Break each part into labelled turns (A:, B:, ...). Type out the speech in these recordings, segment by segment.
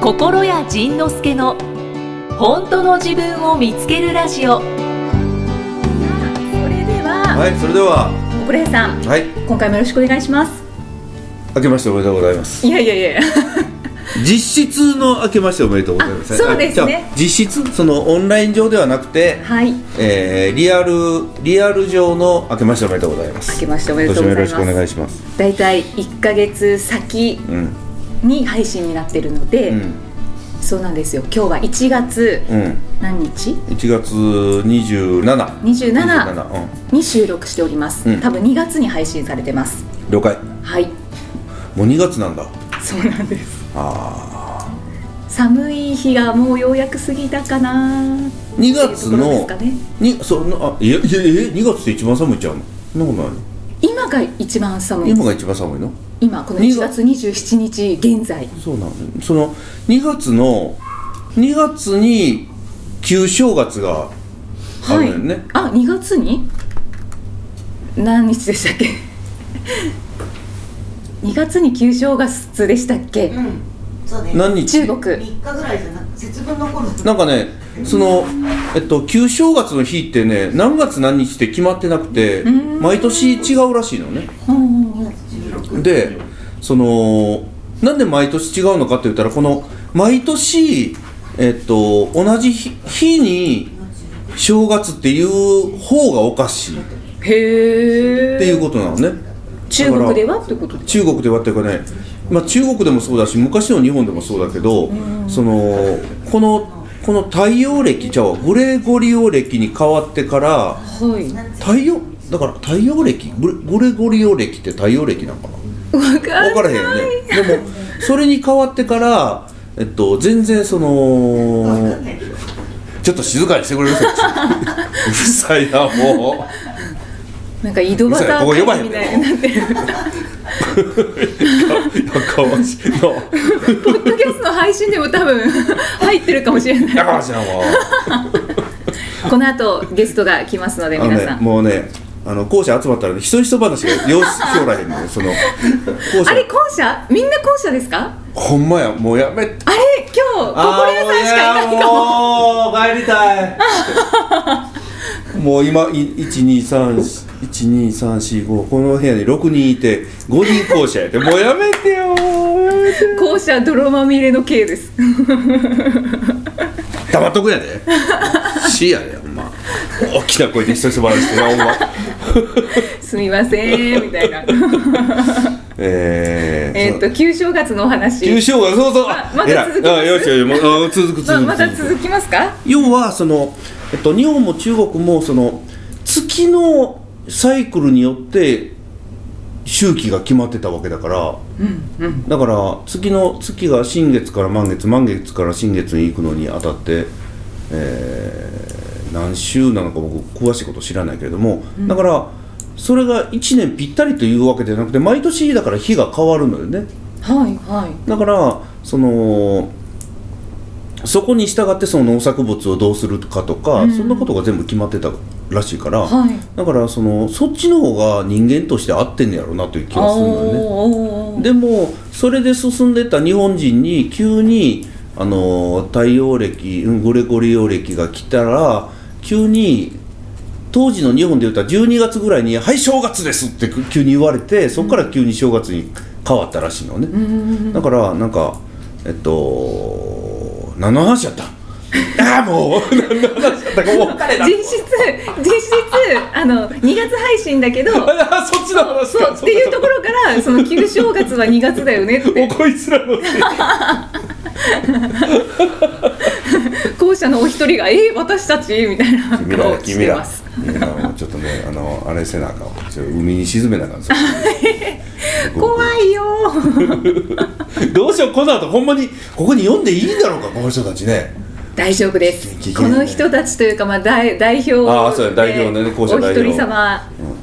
A: 心谷仁之助の本当の自分を見つけるラジオそれでは
B: はい、それでは、
A: 心谷さん
B: はい、
A: 今回もよろしくお願いします
B: 明けましておめでとうございます。
A: いやいやいや
B: 実質の明けましておめでとうございます。
A: あそうですね
B: あじゃあ実質、そのオンライン上ではなくて、
A: はい
B: えー、リアル、リアル上の明けましておめでとうございます。
A: 明けましておめでとうございます
B: 今年もよろしくお願いします。
A: だいたい1ヶ月先
B: うん、
A: に配信になってるので、
B: うん、
A: そうなんですよ今日は1月
B: うん。
A: 何日
B: 1月27
A: 27
B: 27うん
A: に収録しております、
B: うん
A: 多分2月に配信されてます
B: 了解
A: はい
B: もう2月なんだ
A: そうなんです
B: あ
A: 寒い日がもうようやく過ぎたかな
B: ー2月
A: っていうとこ
B: の
A: ろですかね
B: にそのあいやいやいや2月って一番寒いちゃうのそんなことない
A: 今が一番寒
B: の
A: い今
B: 今が一番寒いの
A: この1月27日現在
B: そうなのその2月の2月に旧正月があるのよね、
A: あ2月に何日でしたっけ 2月に旧正月でしたっけ、
C: うん、そうね。
B: 何日
A: 中国
C: 三日ぐらいじゃなく、節分の頃だ
B: なんかねその、えっと、旧正月の日ってね何月何日って決まってなくて
A: ん
B: 毎年違うらしいのね
A: うんうんうん
C: 2月十六。
B: でそのなんで毎年違うのかって言ったらこの毎年、えっと、同じ日日に正月っていう方がおかしいっ
A: へえ
B: ていうことなのね、
A: 中国ではってこと
B: 中国ではっていうかね、まあ、中国でもそうだし昔の日本でもそうだけど、そのこのこの太陽暦じゃあグレゴリオ暦に変わってから
A: はい
B: 太陽だから太陽暦グレグレゴリオ暦って太陽暦なのかな
A: 分か
B: 分からへんよねでもそれに変わってから、えっと、全然そ
C: わ
B: の
C: かんないけど。
B: ちょっと静かにしてくれる うるさいなもう
A: なんか井戸端
B: うるさいここ呼ばへん
A: みたいになってる
B: やかましいな
A: ポッドキャストの配信でも多分 入ってるかもしれない
B: やかましいなもう。
A: この後ゲストが来ますので
B: あの
A: 皆
B: ね
A: さ、ん、
B: もうね、あの校舎集まったらね、ひそひそ話がようしょうら へんのよ、その。校舎
A: あれ校舎みんな校舎ですか
B: ほんまや、もうやめ。
A: あれ今日心屋さんしかいないかも
B: も。もう帰りたい。もう今い一二三一二三四五この部屋に六人いて五人校舎やってもうやめてよやめて
A: 校舎泥まみれの系 です
B: 黙っとくんやでしやでほんま大きな声でひそひそ話してなほんます
A: みませんみた いな
B: え
A: え
B: ー、
A: ーっと旧正月のお話
B: 優勝がそうそう
A: あまだ続きます
B: 偉いあよしよしもうあ続く続く
A: まあ
B: 続く
A: まだ続きますか
B: 要はその、えっと、日本も中国もその月のサイクルによって周期が決まってたわけだから、だから月の月が新月から満月満月から新月に行くのにあたって、えー何週なのか僕詳しいこと知らないけれども、だからそれが1年ぴったりというわけではなくて毎年だから日が変わるのよね。
A: はいはい
B: だからそのそこに従ってその農作物をどうするかとか、そんなことが全部決まってたらしいから、
A: はい
B: だからそのそっちの方が人間として合ってんねやろうなという気がするのよね。
A: おーおーおー
B: でもそれで進んでた日本人に急にあの太陽暦うんグレゴリオ暦が来たら急に当時の日本で言ったら12月ぐらいに「はい正月です!」って急に言われてそこから急に正月に変わったらしいのね、だからなんかえっと何の話やった ああもう何の話やったかも う分れ
A: 実質実質あの2月配信だけ ど
B: あそっちの話
A: そう
B: か
A: っていうところからその旧正月は2月だよねっ
B: もう
A: て
B: こいつらのせい
A: 校舎のお一人が「え私たち?」みたいな
B: 君
A: 顔を
B: ら
A: し
B: 君
A: て
B: ら
A: ます
B: 君らもうちょっとねあのあれせなあかんわちょっと海に沈めなあかんぞ
A: 怖いよー
B: どうしようこの後ほんまにここに読んでいいんだろうかこの人たちね
A: 大丈夫です
B: 元気
A: この人たちというか、まあ、代代表で
B: あーそうや代表ね校舎代表
A: お一人様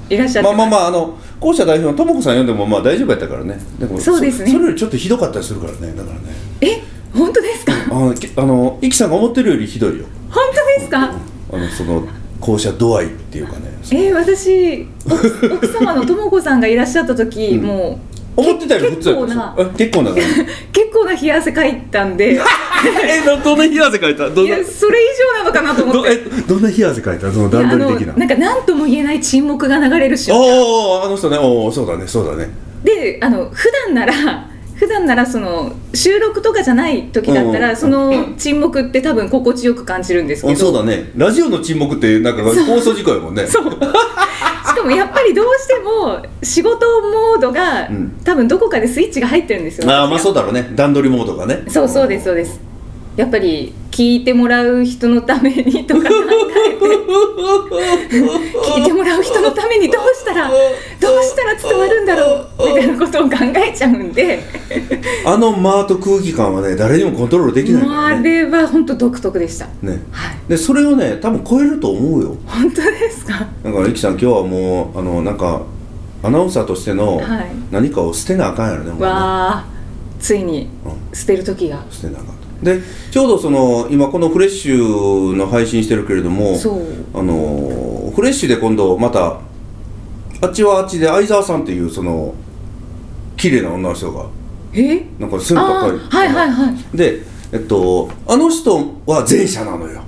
A: いらっしゃって
B: まあまあまああの校舎代表のともこさん読んでもまあ大丈夫やったからねでも
A: そうですね
B: そそれよりちょっとひどかったりするからねだからね
A: え本当ですか
B: あのきあのイキさんが思ってるよりひどいよ
A: 本当ですか
B: あのその校舎度合いっていうかね
A: えー、私奥奥様のとも子さんがいらっしゃった時、もう
B: 思ってたより普通やったんですよえ結構な
A: 結構な冷や汗かいたんでい
B: え どどんな冷や汗かいたどん
A: や
B: な
A: それ以上なのかなと思っ
B: どえ
A: て
B: どんな冷や汗かいたその
A: いや
B: 段
A: あの
B: 取り的な
A: なんか何とも言えない沈黙が流れるし
B: おーおーあの人ねおーそうだねそうだね
A: であの普段なら普段ならその収録とかじゃない時だった
B: う
A: ら
B: ん
A: その沈黙って多分心地よく感じるんですけ
B: お
A: ど
B: そうだねラジオの沈黙ってなんか放送事故やもんね
A: そうしかもやっぱりどうしても仕事モードが、
B: うん
A: 多分どこかでスイッチが入ってるんですよ
B: ああまあそううだろうね段取りモードがね
A: そうそうですそうですやっぱり聞いてもらう人のためにとか考えて聞いてもらう人のためにどうしたらどうしたら伝わるんだろうみたいなことを考えちゃうんで
B: あの間と空気感はね誰にもコントロールできないか
A: もうあ
B: らね
A: れは本当独特でした
B: ね
A: はい
B: でそれをね多分超えると思うよ
A: 本当ですか
B: だからゆきさん今日はもうあのなんかアナウンサーとしての
A: はい
B: 何かを捨てなあかんやろね、もうね
A: わあついに
B: う
A: 捨てる時が
B: 捨てなあかんとでちょうどその今このフレッシュの配信してるけれども
A: そう
B: あのフレッシュで今度またあっちはあっちで相沢さんっていうその綺麗な女の人が
A: え
B: なんか背の
A: あ
B: 高い
A: ーはいはいはい
B: でえっとあの人は前者なのよ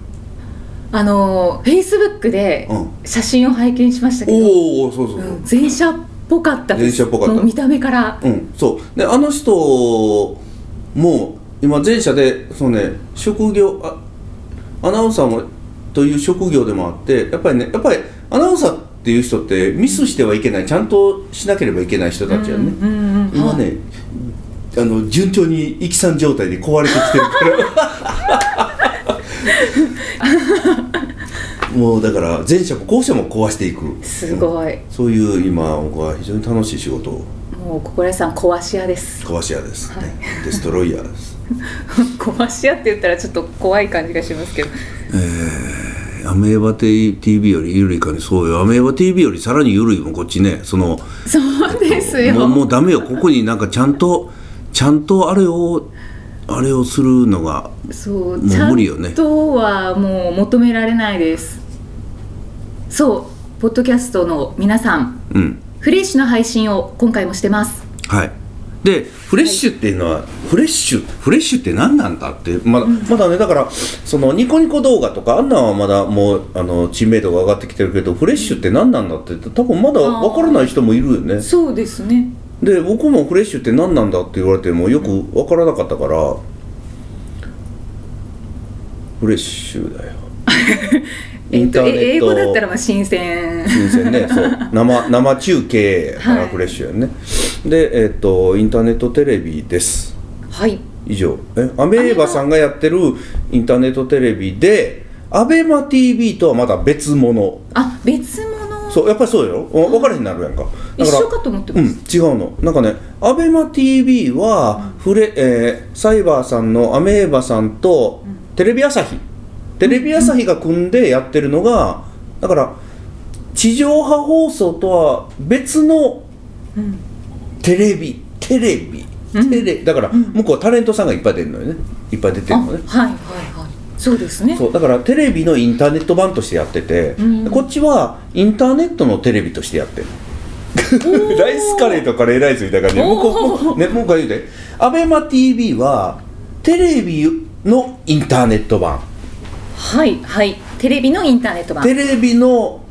A: あのフェイスブックで
B: うん
A: 写真を拝見しましたけど、
B: おーおーそうそうそう、
A: うん前者っぽかったです
B: 前者っぽかった
A: もう見た目から
B: うん、そうであの人も今前者でそのね職業あアナウンサーもという職業でもあってやっぱりねやっぱりアナウンサーっていう人ってミスしてはいけないちゃんとしなければいけない人たちやね、
A: うんうんうん
B: 今
A: はい
B: ねあの順調にイキさん状態で壊れてきてるから もうだから前者も後者も壊していく
A: すごい
B: そういう今僕は非常に楽しい仕事を
A: もう心屋さん壊し屋です
B: 壊し屋ですね、デストロイヤーです
A: 壊し屋って言ったらちょっと怖い感じがしますけど
B: アメーバ TV よりゆるいかにそうよアメーバ TV よりさらにゆるいもんこっちねその
A: そうです
B: もう
A: よ
B: もうダメよここになんかちゃんとちゃんとあれをあれをするのが
A: そう
B: もう
A: ちゃ
B: 無理よね
A: んとはもう求められないですそうポッドキャストの皆さん
B: うん
A: フレッシュの配信を今回もしてます
B: はいでフレッシュっていうのは、フレッシュフレッシュって何なんだってまだ,、まだねだからそのニコニコ動画とかあんなんはまだもうあの知名度が上がってきてるけどフレッシュって何なんだって多分まだ分からない人もいるよね
A: そうですね
B: で僕もフレッシュって何なんだって言われてもよく分からなかったから、フレッシュだよ
A: えっとえ英語だったら
B: ま
A: まあ新鮮
B: 新 鮮ねそう生生中継やから
A: はい
B: フレッシュやね、でえっ、とインターネットテレビです
A: はい
B: 以上えアメーバさんがやってるインターネットテレビでアベマ t v とはまた別物
A: あ別物
B: そうやっぱりそうよお分からへんなるやんかだ
A: 一
B: から
A: 緒かと思って
B: う
A: ま
B: ん、違
A: す、
B: うのなんかねアベマ t v はフレ、えーサイバーさんのアメーバさんとテレビ朝日テレビ朝日が組んでやってるのがだから地上波放送とは別の
A: うん
B: テレビテレビ
A: うん
B: テレだから向こうタレントさんがいっぱい出るのよねいっぱい出てる
A: あ
B: のね
A: はいはいはいそうですね
B: そうだからテレビのインターネット版としてやってて、
A: うん
B: こっちはインターネットのテレビとしてやってるライスカレーとカレーライスみたいな感じで向こう向こうね向こうが言うで ABEMATV はテレビのインターネット版
A: はいはいテレビのインターネット版
B: テレビの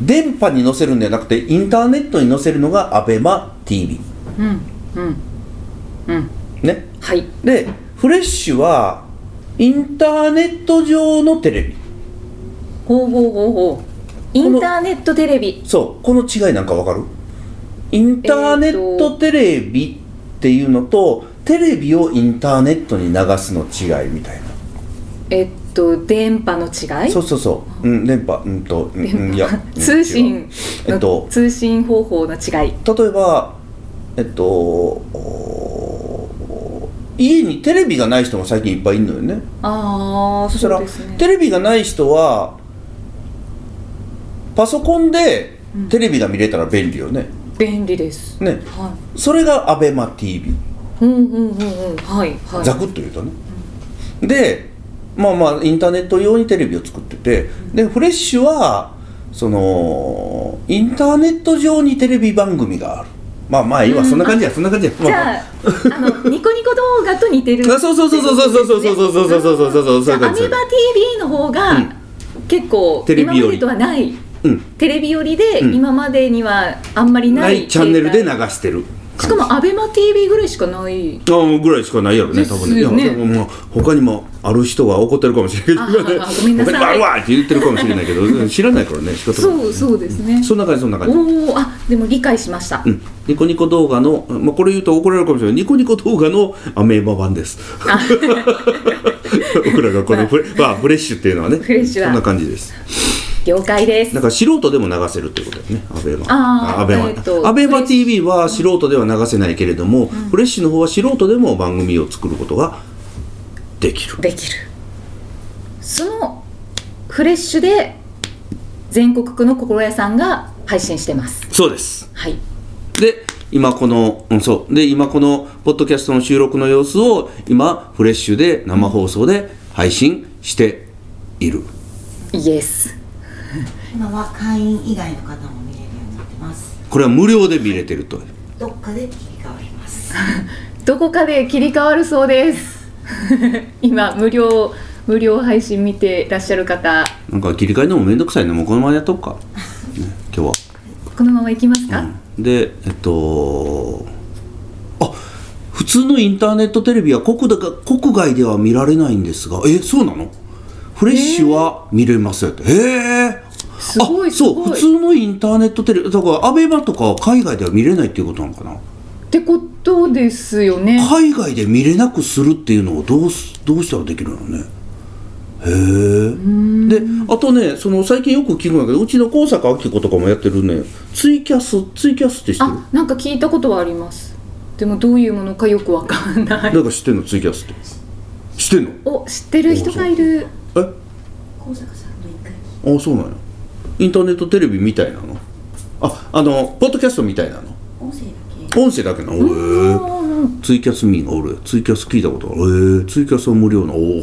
B: 電波に載せるんじゃなくてインターネットに載せるのが ABEMATV
A: うんうんうん
B: ね
A: はい
B: でフレッシュはインターネット上のテレビ
A: ほうほうほうほうインターネットテレビ
B: そうこの違いなんかわかるインターネットテレビっていうのと、テレビをインターネットに流すの違いみたいな、
A: えっと電波の違い
B: そうそうそう、うん、電波うんと、うんうん、いやうん
A: 通信
B: 違うえっ
A: の
B: と
A: 通信方法の違い
B: 例えばえっとお家にテレビがない人も最近いっぱいいるのよね
A: ああ
B: そした
A: そ
B: ら、
A: うですね
B: テレビがない人はパソコンでテレビが見れたら便利よね、
A: 便利です
B: ね
A: は
B: それが ABEMATV
A: いうんうんうんうんはいはい
B: ざくっと言うとね、でまあまあインターネット用にテレビを作っててでフレッシュはそのインターネット上にテレビ番組があるまあまあいいわ、
A: うん
B: そんな感じやそんな感じや
A: じゃあ、あのニコニコ動画と似てる。
B: あそうそうそうそうそうそうそうそうそうそうそうそうそう
A: じゃあアメ
B: そう
A: ー
B: いう
A: バ
B: 感
A: TV の方が、
B: うん
A: 結構
B: テレビより
A: 今までとはない
B: じうん
A: テレビ寄りで、
B: うん
A: 今までにはあんまりな
B: ないいチャンネルで流
A: 携
B: してる
A: 帯しかもアベマ TV ぐらいしかない。
B: ああぐらいしかないやろね
A: です
B: 多
A: よ
B: 分ねいや
A: ね
B: でもまあ他にもある人が怒ってるかもしれないけどね
A: あああごめんなさい
B: 他にもあるわって言ってるかもしれないけど知らないからね仕方ない
A: そうそうですね。
B: そんな感じそんな感じ
A: おおあでも理解しました。
B: うん、ニコニコ動画の、まあ、これ言うと怒られるかもしれないニコニコ動画のアメーバ版です 僕らがこのフレ,、まあ、フレッシュっていうのはね
A: フレッシュは
B: そんな感じです
A: 了解です
B: だ。から素人でも流せるってことだよねアベマ
A: あー
B: アベマ、
A: えーと
B: アベマ TV は素人では流せないけれども、フレッシュの方は素人でも番組を作ることができる
A: できるそのフレッシュで全国区の心屋さんが配信してます
B: そうです
A: はい
B: で今この、うん、そうで今このポッドキャストの収録の様子を今フレッシュで生放送で配信している
A: イエス
C: 今は会員以外の方も見れるようになってます
B: これは無料で見れてると
C: どっかで切り替わります
A: どこかで切り替わるそうです 今無料無料配信見てらっしゃる方
B: なんか切り替えるのもめんどくさいねもうこのままやっとく か、ね、今日は。
A: このまま行きますか、
B: でえっとあ普通のインターネットテレビは国だが国外では見られないんですがえそうなのフレッシュは見れますよってへえ
A: すごい
B: あそう
A: すごい
B: 普通のインターネットテレビだからアベマとかは海外では見れないっていうことなのかな
A: ってことですよね
B: 海外で見れなくするっていうのをどうすどうしたらできるのねへえであとねその最近よく聞くんだけどうちの高坂明子とかもやってるねツイキャスツイキャスって知ってる
A: あなんか聞いたことはありますでもどういうものかよくわかんない
B: なんか知ってんのツイキャスって知ってんの
A: お知ってる人がいる
B: え
C: 高坂さんと一回
B: あそうなのインターネットテレビみたいなのああのポッドキャストみたいなの
C: 音声だけ
B: 音声だけなのへえツイキャス民がおるツイキャス聞いたことあるへえツイキャスは無料なおおほうほ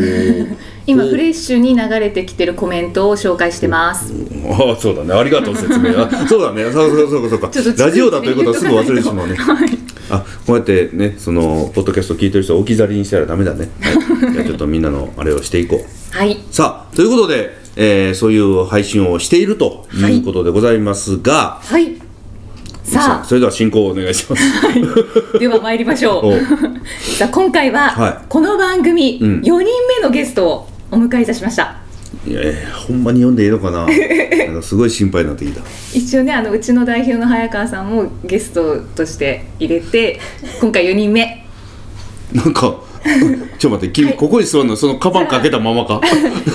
B: う
A: 今フレッシュに流れてきてるコメントを紹介してます
B: ああそうだねありがとう説明あそうだねそうそうそうそうか
A: ちょっと
B: ラジオだということはすぐ忘れてしまうね
A: はい
B: あこうやってねそのポッドキャスト聞いてる人は置き去りにしたらダメ だね、はい、じゃあちょっとみんなのあれをしていこう
A: はい、
B: さあということで、えーそういう配信をしているということでございますが、
A: はい、
B: さ
A: さ
B: あそれでは進行をお願いします
A: あでは参りましょ
B: おう
A: う さあ今回
B: は
A: はいこの番組
B: うん
A: 4人目のゲストをお迎えいたしました、
B: いやいやほんまに読んでいいの かななんかすごい心配になってきた
A: 一応ねあのうちの代表の早川さんもゲストとして入れて今回4人目
B: なんか ちょっと待って君ここに座るのそのカバンかけたままか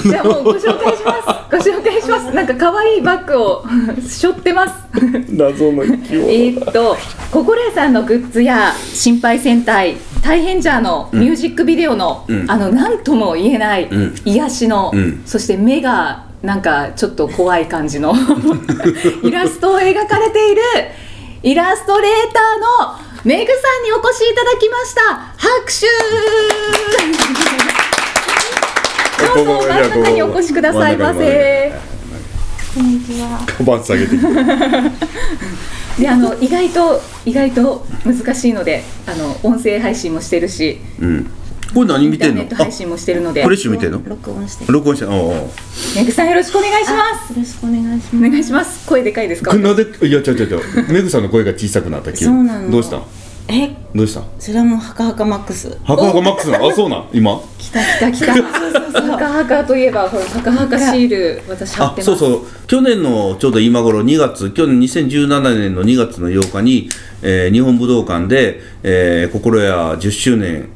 A: じゃ あもうご紹介しますご紹介しますなんか可愛いバッグを背負ってます
B: 謎の気を
A: えーっと心屋さんのグッズや心配戦隊大変ジャーのミュージックビデオの、
B: うん
A: あの何とも言えない
B: うん
A: 癒しの、
B: うん
A: そして目がなんかちょっと怖い感じ のイラストを描かれているイラストレーターのメグさんにお越しいただきました拍手どうぞ真ん中にお越しくださいませ。
C: こんにちは
B: カバン下げてきた
A: であの意外と意外と難しいのであの音声配信もしてるし
B: うんこれ何見てんの
A: インターネット配信もしてるので
B: あフレッシュ見てんの
C: 録音してよ
B: 録音してんのおうおう
A: メグさんよろしくお願いします
C: ろしくお願いし
A: お願いします声でかいですか
B: これなぜいや違う違う違うメグさんの声が小さくなった気
C: そうなの
B: どうしたん
C: え
B: どうしたん
C: それはもうハカハカマックス
B: ハカハカマックスなのあそうなん今
A: 来た来た来 たハカハカといえばほらハカハカシール私貼ってま
B: あ
A: す
B: そうそう去年のちょうど今頃2月去年2017年の2月の8日に、えー日本武道館で、えー、心屋10周年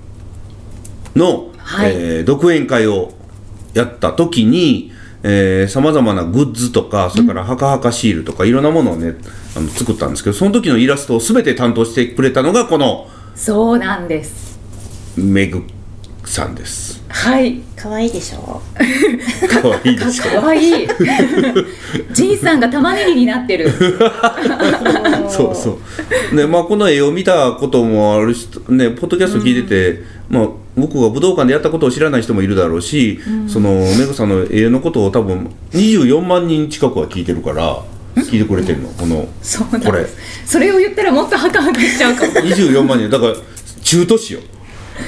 B: の、
A: はい
B: えー独演会をやった時にさまざまなグッズとかそれからハカハカシールとかいろんなものをねあの作ったんですけどその時のイラストを全て担当してくれたのがこの
A: そうなんです
B: メグさんです。
A: はい
C: 可愛いでしょ
B: 可愛いでしょ
A: かわいいジンさんが玉ねぎになってる
B: そうそう。ね、まあ、この絵を見たこともあるし、ね、ポッドキャスト聞いてて、まあ、僕が武道館でやったことを知らない人もいるだろうし、その、めぐさんの絵のことを多分、24万人近くは聞いてるから、聞いてくれてるのこの
A: そうなん
B: これ
A: ですそれを言ったらもっとハカハカしちゃうかも
B: 24万人だから中都市よ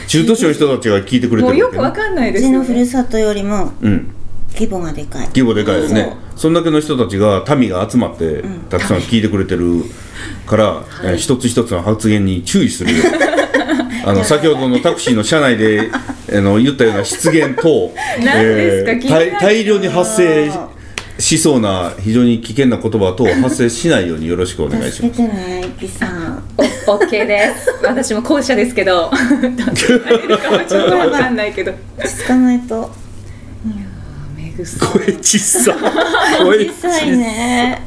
B: 中都市の人たちが聞いてくれ
A: も
B: て
A: う
B: る
A: よ
B: わけ、
A: く
B: ね、
A: わかんないうです
C: ち
A: よ
C: のふ
A: ね
C: るさとよりも
B: うん
C: 規模がでかい
B: 規模でかいですねそんだけの人たちが民が集まってたくさん聞いてくれてるから、えー一つ一つの発言に注 意するよあの先ほどのタクシーの車内であの言ったような失言等
A: 何ですか気になる
B: 大大量に発生しそうな非常に危険な言葉等を発生しないようによろしくお願いし
C: 助
B: ま
C: け
B: す
C: てねいきさん
A: オッケー です私も後者ですけどちょっとわかんないけど
C: 落ち着かないと
A: めぐさん
B: 声ち っさ声
C: 小さいね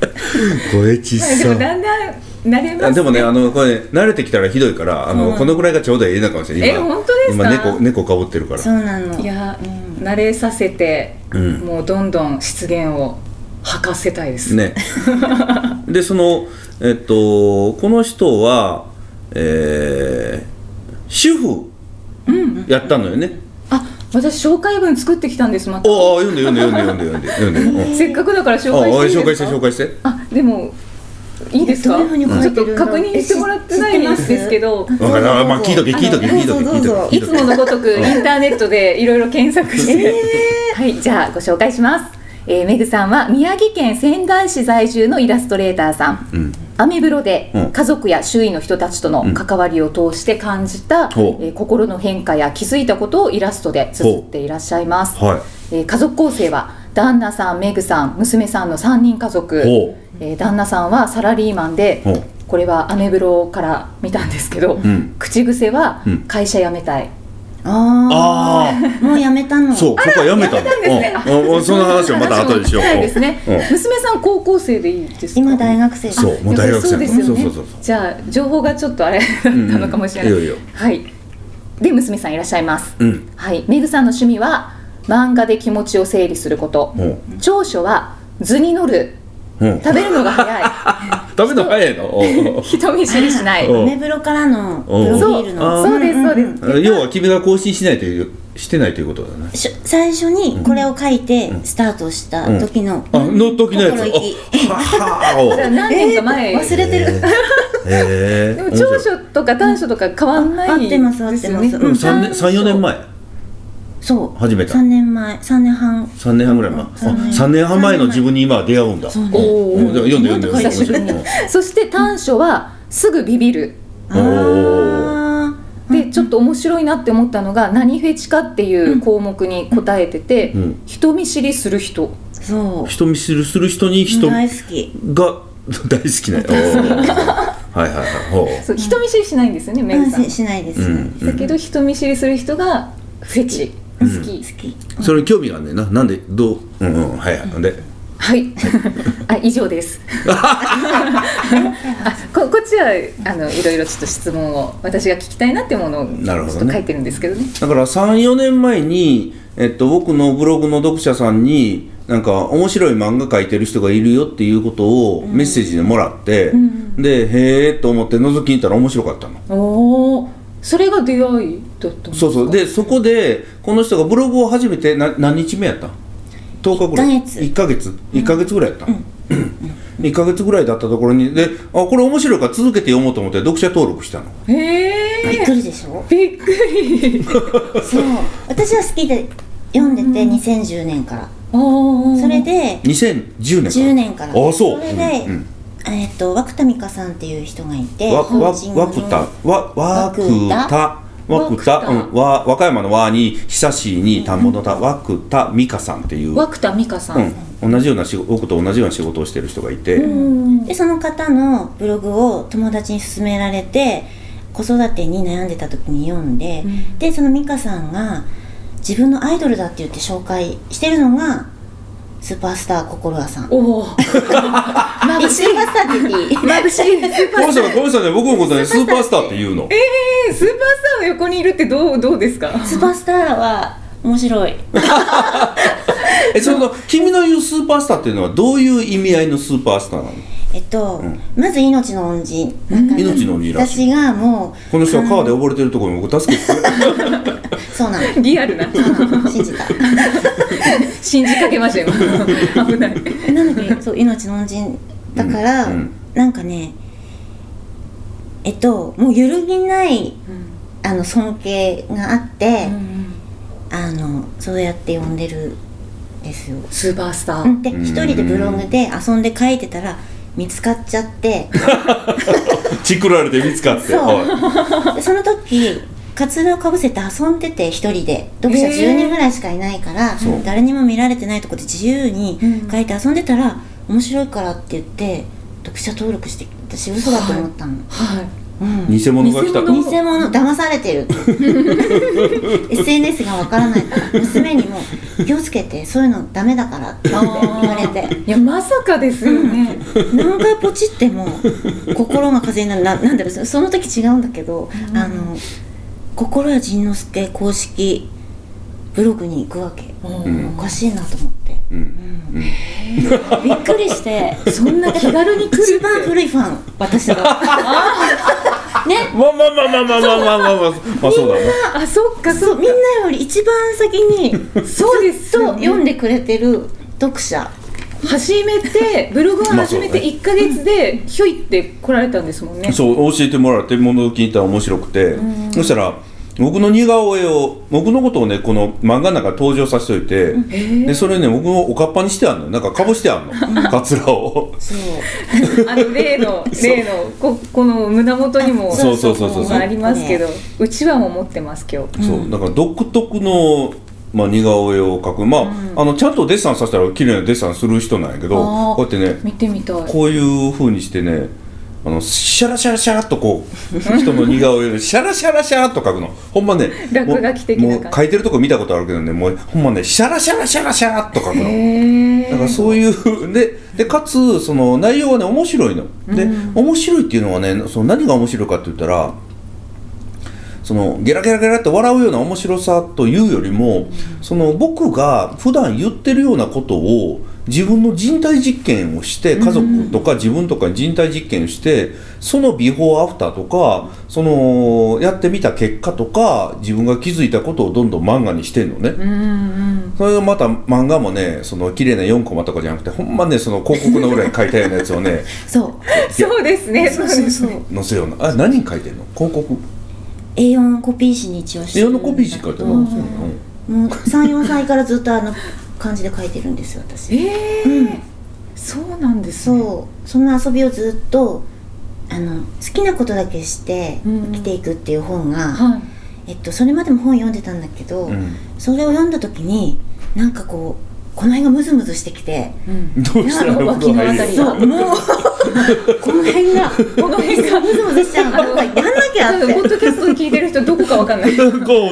B: 声ちっ
A: でも
B: さ
A: だんだん慣れます
B: あでもねあのこれね慣れてきたらひどいからあの、このぐらいがちょうどええなかもしれない
A: え本当ですか
B: 今猫猫かぶってるから
C: そうなの
A: いや、慣れさせて、
B: うん
A: もうどんどん失言を吐かせたいです、
B: ねでそのえっとこの人はえー主婦やったのよね、
A: あ私紹介文作ってきたんですまた
B: おお読んで読んで読んで読んで読んで読んで、うん
A: せっかくだから紹
B: あ
A: 介
B: あ
A: してい
B: 紹
A: いです
B: 介して
A: か
B: 紹介して
A: あでもいいですか
C: どういうふうに書いてる
A: ちょっと確認してもらってないんですけど
B: わかるあまあ聞いとけ聞いとけ聞いとけ
C: ど
B: 聞
C: う
B: い
C: ぞ
B: とけ
A: いつものごとくインターネットでいろいろ検索して、はいじゃあご紹介します、えー、メグさんは宮城県仙台市在住のイラストレーターさん、
B: うん
A: アメブロで
B: うん
A: 家族や周囲の人たちとの関わりを通して感じた、
B: ほう
A: えー心の変化や気づいたことをイラストで綴っていらっしゃいます、
B: は
A: えー家族構成は旦那さんメグさん娘さんの3人家族
B: い、おう
A: えー旦那さんはサラリーマンで
B: ほう
A: これはアメブロから見たんですけど、
B: ん
A: 口癖は
B: うん
A: 会社辞めたい、
C: あ
B: あ
C: あもうやめたの
B: あそうここはやめたのうんうんうんその話はまた後でしよう
A: 話も聞きたいですね、
B: うん
A: 娘さん高校生でいいですか
C: 今大学生
B: そうもう大学生
A: そうですよね
B: そうそうそうそう
A: じゃあ情報がちょっとあれだったのかもしれない、
B: うんうんいいよいいよ
A: はいで娘さんいらっしゃいます、
B: うん
A: はいメグさんの趣味は漫画で気持ちを整理すること、
B: うん
A: 長所は図に乗る
B: うん
A: 食べるのが 早い
B: 食べた早いのおうおう
A: 人見知りしない
B: うん
C: アメブロからのプロフィールの
A: そうですそうです、
B: あの要は君が更新しないというしてないということだね
C: し最初にこれを書いてスタートした時の
B: あの時のやつ
C: 心意
B: あは
A: じゃあ
B: は
A: 何年か前、
C: えー忘れてる
B: おへえ
A: でも長所とか短所とか変わんない
C: 合ってます合ってます
A: ですよね
C: う
B: う
C: ん
B: ん、三年三四年前、
C: そう
B: 初めて
C: 3年前3年半
B: 三年半ぐらい前、
C: 三年
B: あ三年半前の自分に今は出会うんだ。
C: そうね
B: おん、読んで読んで
A: 久しぶ
B: 読
A: り
B: んで。
A: に
B: うん
A: そして短所はすぐビビる
B: おー
C: あー
A: でちょっと面白いなって思ったのが「何フェチか」っていう項目に答えてて、
B: うん
A: 人見知りする人
C: そう
B: 人見知りする人に人が
C: 大好き
B: 大好きな。おーはいはいはい。ほう
A: そう人見知りしないんですよねメグさん
C: うんしないです、
B: うん
A: だけど人見知りする人がフェチ好き、
C: 好き
B: それ興味があんねんな。なんでどううんうんはいはい。で
A: はいあ以上です あここっちはあのいろいろちょっと質問を私が聞きたいなってものを
B: なるほどね
A: ちょっと書いてるんですけどね
B: だから34年前に、えっと、僕のブログの読者さんになんか面白い漫画描いてる人がいるよっていうことをメッセージでもらって、でへえと思って覗きに行ったら面白かったの。
A: おおそれが出会いだったんですか
B: そうそうでそこでこの人がブログを始めてな何日目やったん10日ぐらい
C: 一
B: 1
C: ヶ月
B: ヶ月1ヶ月ぐらいやったん、1ヶ月ぐらいだったところにであこれ面白いから続けて読もうと思って読者登録したの
A: へ
C: びっ
A: え
C: くりでしょ
A: びっくり
C: そう私は好きで読んでて2010年から、
A: おー
C: それで
B: 2010年から
C: 10年から
B: あそう
C: それで、
B: うんうん
C: えっと涌田美香さんっていう人がいて
B: わわ
C: 法人の
B: わくたわわくたわく
A: わく
B: た
A: た
B: うんわ和歌山の和に久しいに田んぼの田わくた美香さんっていう、
A: 涌田美香さん、
B: うん、同じような仕事僕と同じような仕事をしてる人がいて、
A: うん
C: でその方のブログを友達に勧められて子育てに悩んでた時に読んで、
A: うん
C: でその美香さんが自分のアイドルだって言って紹介してるのがスーパースター心愛さん
A: お お眩しい
C: スーパー スターって言っていい
A: 眩しいスーパ
B: こ
A: ー
B: の
A: スタ
B: 人
A: ー
B: がこの人ね僕のことねスーパースターって言うの
A: ええー、スーパースターの横にいるってどうどうですか
C: スーパースターは面白い
B: えその君の言うスーパースターっていうのはどういう意味合いのスーパースターなの
C: えっと、
B: ん
C: まず命の恩人なんか
B: 命の恩人らしい
C: 私がもう
B: この人は川で溺れてるところに僕助けてくれる
C: そう なの
A: リアルな
C: 信じた
A: 信じかけました今危ない
C: なのでそう命の恩人だから、
B: うんうん
C: なんかねえっともう揺るぎない
A: うん
C: あの尊敬があって、
A: うん
C: あのそうやって呼んでるんですよ。
A: スーパースター、
C: うんで
B: うん
C: 一人でブログで遊んで書いてたら見つかっちゃって
B: チクられて見つかって
C: そう
B: は
C: でその時カツラをかぶせて遊んでて一人で読者
A: へー
C: 10人ぐらいしかいないから
B: そう
C: 誰にも見られてないとこで自由に
A: うん
C: 書いて遊んでたら面白いからって言って読者登録して私嘘だと思ったの、
A: はい
C: うん
B: い、偽物が来たと
A: 偽
C: 偽物騙されてる SNS がわからないから娘にも気をつけてそういうのダメだからって言われて
A: いやまさかですよね、
C: 何回ポチっても心が風になるななんだろうそその時違うんだけど、
A: うん
C: あの心や仁之助公式ブログに行くわけ、
B: ん
C: おかしいなと思って、
B: うんうん
C: びっくりして
A: そんな気軽に来る
C: 一番古いファン私が
B: まあまあまあまあまあまあまあま
C: ね
B: あまあまあそうだね
A: あそっか
C: そ
A: そうっ
C: みんなより一番先に
A: かそうです
C: そう読ん
A: で
C: でくれてる読者
A: 初めてブログを始め
B: まあそう
A: て
B: ね
A: 1か月でひょいって来られたんですもんね
B: そう教えてもらって物を聞いたら面白くてそしたら僕の似顔絵を僕のことをねこの漫画の中に登場させといてでそれね僕もおかっぱにしてあんのよなんかかぶしてあんのかつらを
C: そう
A: あの例 の例のここの胸元にも
B: そうそうそうそうそう
A: ありますけどうちわも持ってます今日
B: そうだから独特のまあ似顔絵を描くまああのちゃんとデッサンさせたら綺麗なデッサンする人なんやけど
A: あー
B: こうやってね
A: 見てみたい
B: こういう風にしてねあのシャラシャラシャラっとこ う人の似顔絵でシャラシャラシャラっと描くのほんまね
A: 落書き的な
B: も
A: 感
B: う
A: じ
B: もう描いてるとこ見たことあるけどねもうほんまねシャラシャラシャラシャラっと描くの。
A: へ
B: だから
A: え
B: そういうででかつその内容はね面白いの。で、面白いっていうのはねその何が面白いかって言ったらそのゲラゲラゲラって笑うような面白さというよりもその僕が普段言ってるようなことを自分の人体実験をして家族とか自分とかに人体実験をしてそのビフォーアフターとかそのやってみた結果とか自分が気づいたことをどんどん漫画にしてんのね。
A: うんうん
B: それがまた漫画もねその綺麗な4コマとかじゃなくてほんまねその広告の裏に書いたようなやつを ね
C: そう
A: そうですねそうですね
B: 載せようなあ何書いてんの広告
C: A4 コピー紙に一応して
B: 絵
C: る
B: の
C: んだけ
B: コ
C: ど
B: ピー紙書いてるの、
C: も
B: そうなの
C: う34歳からずっとあの感じで書いてるんですよ私
A: ええそうなんですね
C: そうその遊びをずっとあの好きなことだけして
A: うん
C: 生きていくっていう本が、
A: はい
C: えっと、それまでも本読んでたんだけど、
B: うん
C: それを読んだ時になんかこうこの辺がムズムズしてきて
A: うん
B: どうしたらお風呂入れる
A: そう
C: そうもうこの辺が
A: この辺が
C: ムズムズしちゃ うなんかやんなきゃ
A: 多
C: っ
A: 分ポッ
C: て
A: ドキャストで聞いてる人どこかわかんない
B: こ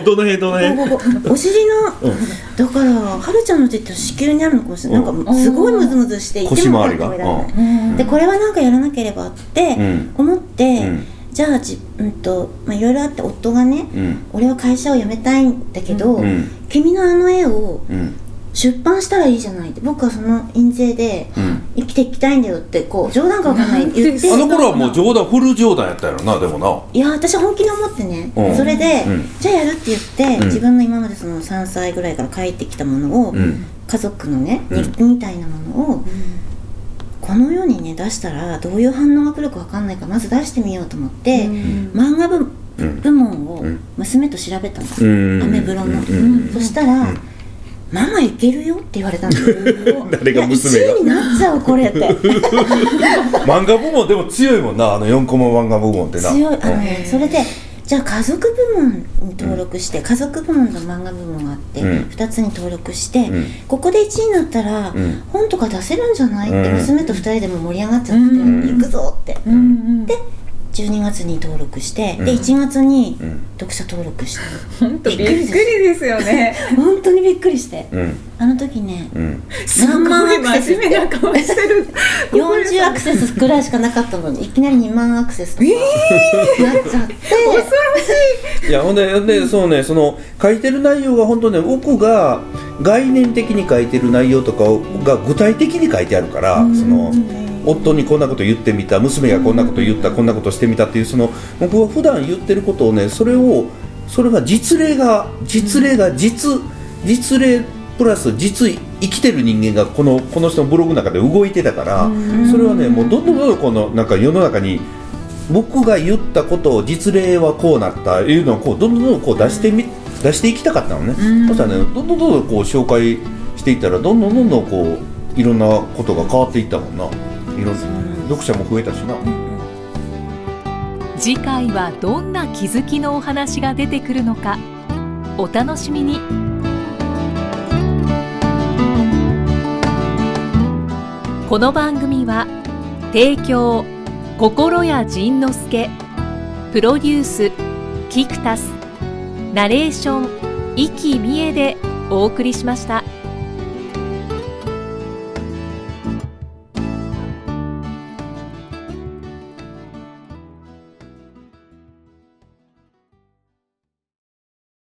B: う どの辺どの辺
C: こうこうこうお尻の、
B: うん
C: だからはるちゃんの手って子宮にあるのかもしれない、
B: うん
C: なんかすごいムズムズしていても
B: 腰回りが
C: 立ってもいられない
A: うん
C: でこれはなんかやらなければって
B: うん
C: 思って、
B: うん
C: じゃあじ、うんとまあ、いろいろあって夫がね、
B: うん
C: 俺は会社を辞めたいんだけど、
B: うんうん
C: 君のあの絵を
B: うん
C: 出版したらいいじゃないって僕はその印税で
B: うん
C: 生きていきたいんだよってこう冗談かわかんない
A: な んて
C: 言って
B: あの頃はもう冗談フル冗談やったやろなでも
C: いや私は本気で思ってね、
B: うん
C: それで、
B: うん
C: じゃあやるって言っ
B: う
C: て、
B: ん
C: 自分の今までその3歳ぐらいから書いてきたものを、
B: なうん
C: 家族のね、
B: うん
C: 日記みたいなものをこの世にね出したらどういう反応が来るかわかんないからまず出してみようと思って、
A: うん
C: 漫画部
B: うん
C: 部門を
B: うん
C: 娘と調べたの、
B: うん
C: アメブロの、
B: うん
C: そしたら、
B: ん
C: ママいけるよ」って言われたんです よ
B: 誰が娘が
C: いや1位になっちゃう これって
B: 漫画部門でも強いもんなあの4コマ漫画部門ってな
C: 強いあの
B: うん
C: ねそれでじゃあ家族部門に登録して、家族部門と漫画部門があって、
B: うん
C: 2つに登録して、
B: うん
C: ここで1位になったら、
B: うん
C: 本とか出せるんじゃないって、
B: うん
C: 娘と2人でも盛り上がっちゃって、
A: うん
C: 行くぞって
A: うんうんで
C: 12月に登録して、
B: うん
C: で1月に
B: うん
C: 読者登録して、
A: 本当びっくりですよね
C: 本当にびっくりして
B: うん
C: あの時ね
B: うん
A: すごい真面目な顔してる。
C: 40アクセスくらいしかなかったのにいきなり2万アクセスとかなっちゃって、
B: いやほんででそうねその書いてる内容が本当ね僕が概念的に書いてる内容とかをが具体的に書いてあるからその夫にこんなこと言ってみた娘がこんなこと言ったこんなことしてみたっていうその僕は普段言ってることをねそれをそれが実例が実例が実実例プラス実生きてる人間がこのこの人のブログの中で動いてたからそれはねもうどんどんどんどんこのなんか世の中に僕が言ったことを実例はこうなったいうのをこうどんどんどんどんこう出してみ出していきたかったのねそしたらねどんどんどんどんこう紹介していったらどんどんどんどんこういろんなことが変わっていったもんないろん読者も増えたしな。
D: 次回はどんな気づきのお話が出てくるのかお楽しみにこの番組は提供心谷仁之助プロデュースキクタスナレーション生きみえでお送りしました。